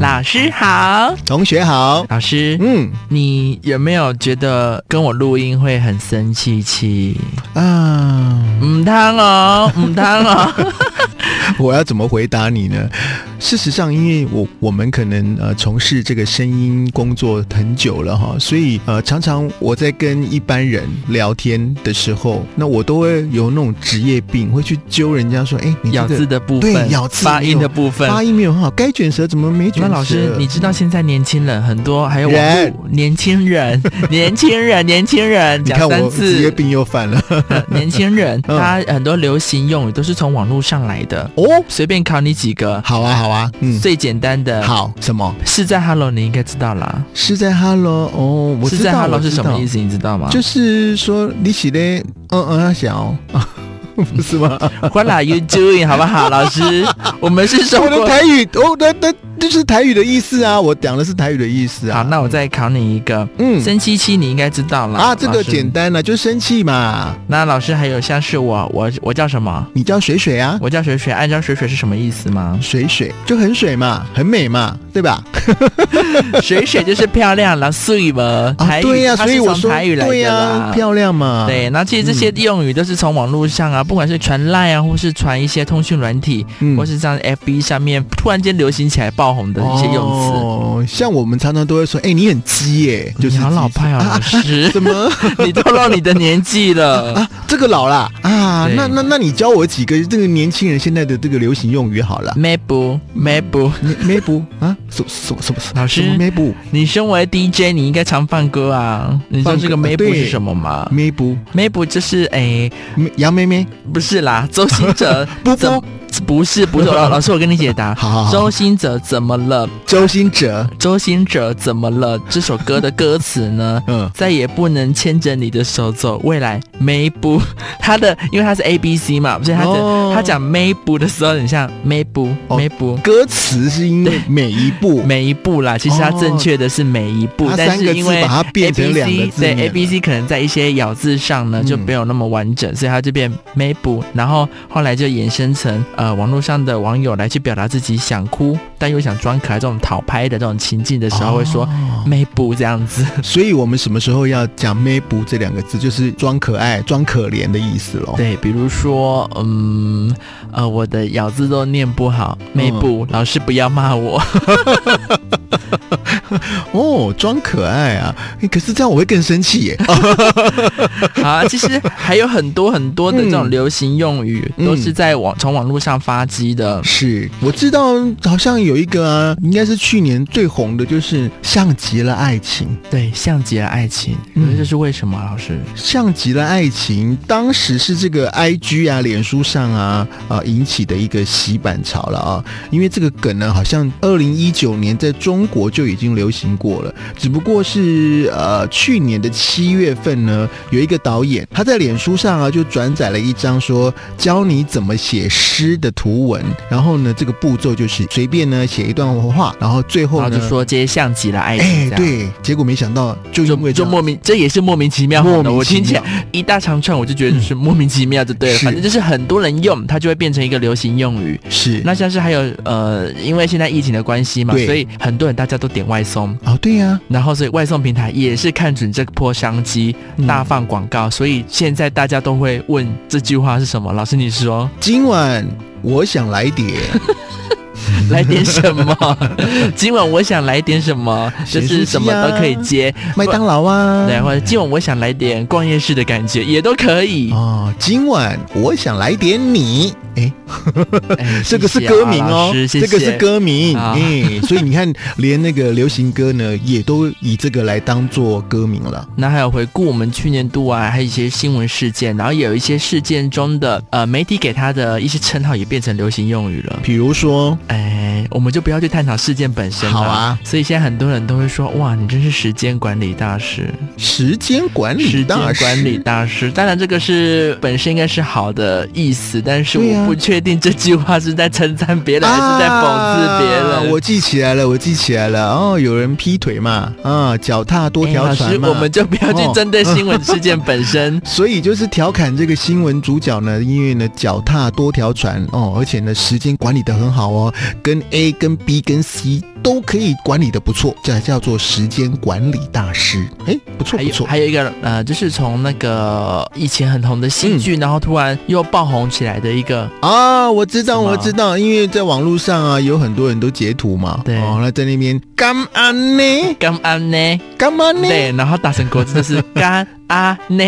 老师好，同学好，老师，嗯你有没有觉得跟我录音会很生气气？嗯啊，唔汤哦，唔汤哦，我要怎么回答你呢？事实上，因为我我们可能呃从事这个声音工作很久了哈，所以呃常常我在跟一般人聊天的时候，那我都会有那种职业病，会去揪人家说，哎，你 咬这字个的部分，对咬字发音没的有部分。发音没有很好，该卷舌怎么没卷那舌？老师，你知道现在年轻人很多，还有网人络年轻 人，年轻人，年轻人，你讲看三我职业次，病又犯了 年轻人，嗯他很多流行用语都是从网络上来的。哦。随便考你几个，好啊，好啊，嗯，最简单的，好什么？是在 Hello 你应该知道啦。是在 Hello 哦，我是知在道 Hello 我是知什么道意思？你知道吗？就是说你是嘞，嗯嗯啊小， 不是吗？ What are you doing？好不 好，老师？我们是受我的过。台语，我的的就是台语的意思啊，我讲的是台语的意思好，啊。那我再考你一个，嗯生七七你应该知道了啊，这个老师简单了、就生气嘛。那老师还有像是我，我我叫什 么？你叫水水啊，？我叫水水，按照水水是什么意思吗 水水就很水嘛，很美嘛，对吧？水水就是漂亮啦，碎嘛，啊，台语，对呀、它所以是我从说台语来对的呀、啦。漂亮嗯嘛。对，那其实这些用语都是从网络上啊，不管是传 Line 啊，或是传一些通讯软体，嗯，或是像 FB 上面突然间流行起来爆红的一些用词。哦，像我们常常都会说，哎、你很鸡耶、就是你好老鸡派啊，老 师。怎么？你透露你的年纪了。这个老啦啊，对那那那你教我几个这个年轻人现在的这个流行用语好了。 Mabel Mabel，你梅补啊，什什什什老师什么梅补你身为 DJ，你应该常放歌啊。你知道这个放歌 Mabel 对是什么吗梅补？Mabel 就是诶，梅杨梅梅，不是 啦，周兴哲不怎不，不是 不是，老老师我跟你解答。好好好，周兴哲怎么了？周兴哲，周兴哲怎么了？这首歌的歌词呢？嗯，再也不能牵着你的手走，未来 Mabel，他的因为他是 A B C 嘛，所以他的、哦他讲 Mabel 的时候很像 Mabel 哦 Mabel，、歌词是因为每一步，每一步啦，其实它哦正确的是每一步，它但三是个因字为把它变成两个 ABC 字对念了 A B C 可能在一些咬字上呢嗯就没有那么完整，所以它就变 maybe，然后后来就衍生成呃网络上的网友来去表达自己想哭但又想装可爱这种讨拍的这种情境的时候，会说哦 maybe 这样 子，所以我们什么时候要讲梅补这两个字，就是装可爱、装可怜的意思喽。对，比如说嗯呃我的咬字都念不好嗯 maybe，老师不要骂我，哦，装可爱啊，诶可是这样我会更生气耶。 好啊，其实还有很多很多的这种嗯流行用语，嗯都是在网从网络上发迹的。是我知道，好像有一个啊，应该是去年最红的，就是像极了爱情，对，像极了爱情，嗯可是这是为什么啊，老师？像极了爱情。当时是这个 I G 啊、脸书上啊啊、呃引起的一个洗版潮了啊，因为这个梗呢，好像二零一九年在中国就已经流行过了，只不过是呃去年的七月份呢，有一个导演他在脸书上啊就转载了一张说教你怎么写诗的图文，然后呢这个步骤就是随便呢写一段话，然后最然后后呢就说这些像极了爱哎情，这样。对，结果没想到就就因为这就样莫名，这也是莫名其妙莫的。名我其听起来妙一大长串，我就觉得就是莫名其妙就对了。是反正就是很多人用，它就会变成一个流行用语。是那像是还有呃，因为现在疫情的关系嘛，对所以很多人大家都点外送，哦对呀、然后所以外送平台也是看准这波商机，嗯大放广告，所以现在大家都会问这句话是什么？老师你说 今晚我想来点，来点什 么？今晚我想来点什么，就咸酥鸡啊是什么都可以接，麦当劳啊。对，或者今晚我想来点逛夜市的感觉也都可以。哦，今晚我想来点你。哎，哎这个是谢谢啊歌名哦老，师谢谢这个是歌名。啊哎，所以你看，连那个流行歌呢，也都以这个来当做歌名了。那还有回顾我们去年度啊，还有一些新闻事件，然后也有一些事件中的呃媒体给它的一些称号也变成流行用语了。比如说，哎，我们就不要去探讨事件本身了。好啊，所以现在很多人都会说，哇，你真是时间管理大师，时间管时理间大师，管理大师。当然，这个是本身应该是好的意思，但是对我啊不确定这句话是在称赞别人、还是在讽刺别人。啊我记起来了，我记起来了。哦，有人劈腿嘛，啊，脚踏多条哎船老嘛。师，我们就不要去哦针对新闻事件本 身。所以就是调侃这个新闻主角呢，因为呢脚踏多条船哦，而且呢时间管理的很好哦，跟 A、跟 B、跟 C 都可以管理的不错，这叫做时间管理大师。哎，不错还不有错，还有一个呃，就是从那个以前很红的戏嗯剧，然后突然又爆红起来的一个，啊，我知道，是吗我知道，因为在网络上啊，有很多人都截图嘛，对哦，那在那边干安呢，干安呢？干嘛呢？对，然后打成国字就是 干啊呢，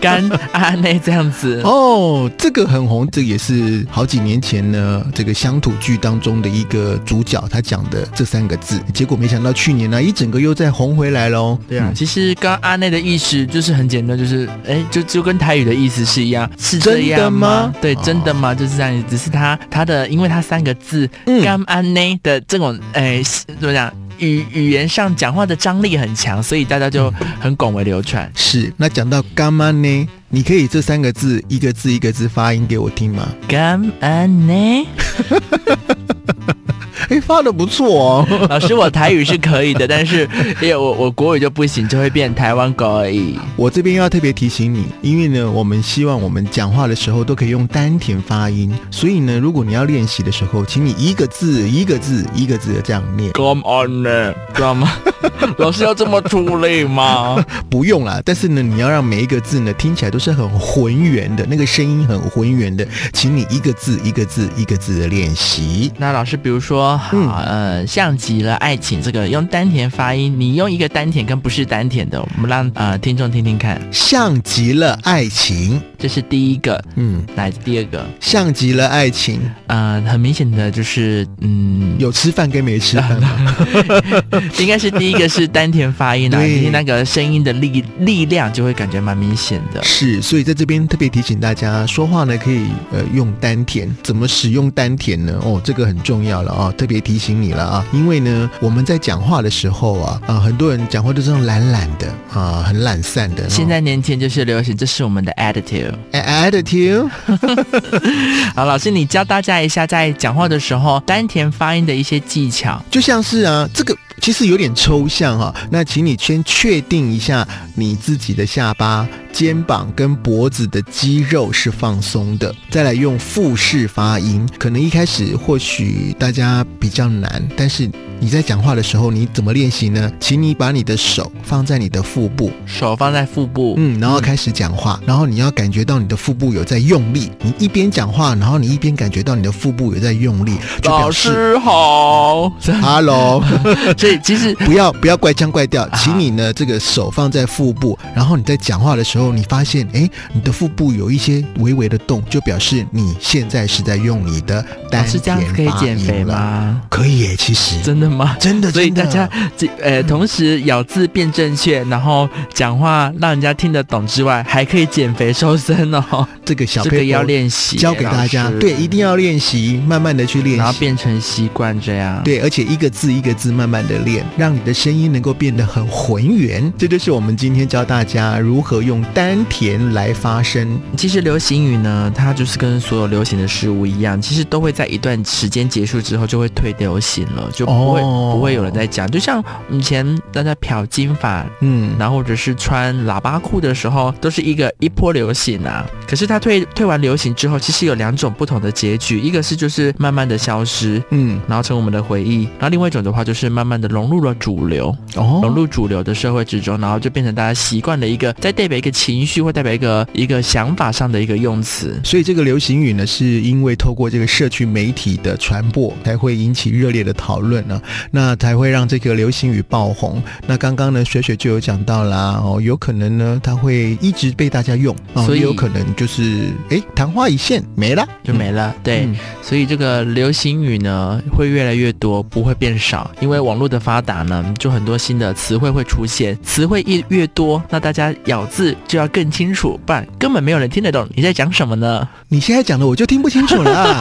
干啊呢这样子。哦，这个很红，这也是好几年前呢，这个乡土剧当中的一个主角他讲的这三个字，结果没想到去年呢、一整个又再红回来喽。对啊，嗯其实刚阿内的意思就是很简单，就是哎，就就跟台语的意思是一样，是这真的样吗对，哦真的吗？就是这样，只是他他的，因为他三个字嗯干安呢的这种，哎，是怎么讲？语语言上讲话的张力很强，所以大家就嗯很广为流传。是，那讲到干嘛呢？你可以这三个字一个字一个字发音给我听吗？干安呢？ 哎，发的不错哦。老师，我台语是可以的，但是 因为我我国语就不行，就会变台湾狗而已。 我这边要特别提醒你，因为呢，我们希望我们讲话的时候都可以用丹田发音，所以呢，如果你要练习的时候，请你一个字一个字一个字的这样念， Come on 呢，知道吗？ 老师要这么出力吗？不用啦。但是呢，你要让每一个字呢听起来都是很浑圆的，那个声音很浑圆的，请你一个字一个字一个字的练习。 那老师，比如说，好，嗯呃，像极了爱情这个用丹田发音，你用一个丹田跟不是丹田的，我们让呃听众听听看，像极了爱情，这是第一个，嗯，来第二个，像极了爱情，呃，很明显的就是，嗯， 有吃饭跟没吃饭吗？应该是第一个是丹田发音啊，对听那个声音的力力量就会感觉蛮明显的。是，所以在这边特别提醒大家，说话呢可以呃用丹田，怎么使用丹田呢？哦，这个很重要了啊、特别提醒你了啊，因为呢我们在讲话的时候啊啊、很多人讲话都是这样懒懒的啊、很懒散的。哦现在年轻人就是流行，这是我们的 attitude。 a d d i t u d e 好，老师，你教大家一下，在讲话的时候丹田发音的一些技巧。就像是啊，这个其实有点抽象哈、那请你先确定一下你自己的下巴、肩膀跟脖子的肌肉是放松的，再来用腹式发音。可能一开始或许大家比较难，但是你在讲话的时候，你怎么练习呢？请你把你的手放在你的腹部，手放在腹部，嗯，然后开始讲话，然后你要感觉到你的腹部有在用力。你一边讲话，然后你一边感觉到你的腹部有在用力，就表老示师好。 Hello。所以其 实不要不要怪腔怪调，啊请你呢这个手放在腹部，然后你在讲话的时候，你发现哎你的腹部有一些微微的动，就表示你现在是在用你的丹老师这样子可田以发减肥音了。吗？可以耶，其实真的 吗？真的，所以真的嗯大家这呃，同时咬字变正确，然后讲话让人家听得懂之外，还可以减肥瘦身 哦。这个小这个配要要练习，教给大家老，师对，一定要练习，慢慢的去练然后习。变成习惯这样。对，而且一个字一个字慢慢的练，让你的声音能够变得很浑圆。这就是我们今天教大家如何用丹田来发声。其实流行语呢，它就是跟所有流行的事物一样，其实都会在一段时间结束之后就会退流行了，就不会、哦不会有人在讲。就像以前大家漂金发，嗯，然后或者是穿喇叭裤的时候，都是一个一波流行啊。可是它退退完流行之后，其实有两种不同的结局，一个是就是慢慢的消失。嗯，然后成为我们的回忆，然后另外一种的话就是慢慢的融入了主流，哦融入主流的社会之中，然后就变成大家习惯的一个，在代表一个情绪或代表一个一个想法上的一个用词。所以这个流行语呢，是因为透过这个社区媒体的传播，才会引起热烈的讨论呢、那才会让这个流行语爆红。那刚刚呢，雪雪就有讲到啦，哦，有可能呢，它会一直被大家用，哦，所以也有可能就是哎，昙花一现没了，就没了，对，嗯所以这个流行语呢会越来越多，不会变少，因为网络的发达呢，就很多新的词汇会出现，词汇一越多，那大家咬字就要更清楚，不然根本没有人听得懂你在讲什么 呢。你现在讲的我就听不清楚 啦。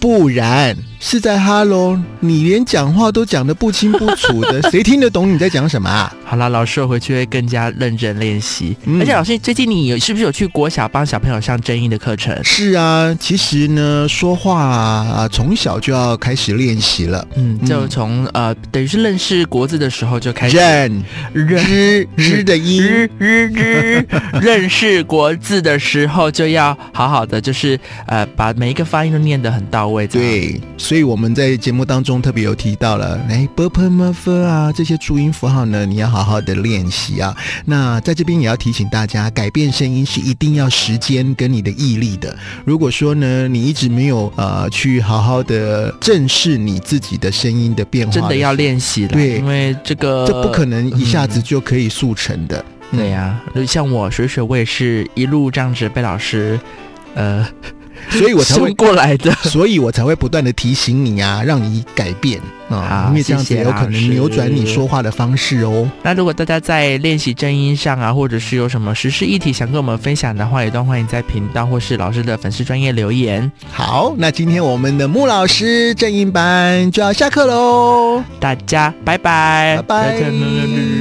不然是在 Hello，你连讲话都讲得不清不楚的，谁听得懂你在讲什么啊？好啦，老师，我回去会更加认真练习。嗯而且老师，最近你有是不是有去国小帮小朋友上正音的课程？是啊，其实呢，说话啊，从小就要开始练习了。嗯，就嗯从、呃，等于是认识国字的时候就开始认认知知的音，日日日认识国字的时候，就要好好的，就是呃，把每一个发音都念得很到位。这样，对，所所以我们在节目当中特别有提到了，哎 b u r p l e m u f e r 啊这些注音符号呢，你要好好的练习啊。那在这边也要提醒大家，改变声音是一定要时间跟你的毅力的。如果说呢，你一直没有呃去好好的正视你自己的声音的变化，真的要。练习了，对因为这个这不可能一下子就可以速成的，嗯对呀、像我水水，我也是一路这样子被老师，呃， 所以我才会送过来的。所以我才会不断的提醒你啊，让你改变啊，好因为这样子谢谢有可老能师扭转你说话的方式哦。那如果大家在练习正音上啊，或者是有什么时事议题想跟我们分享的话，也都欢迎在频道或是老师的粉丝专业留言。好，那今天我们的穆老师正音班就要下课喽。大家拜拜，拜拜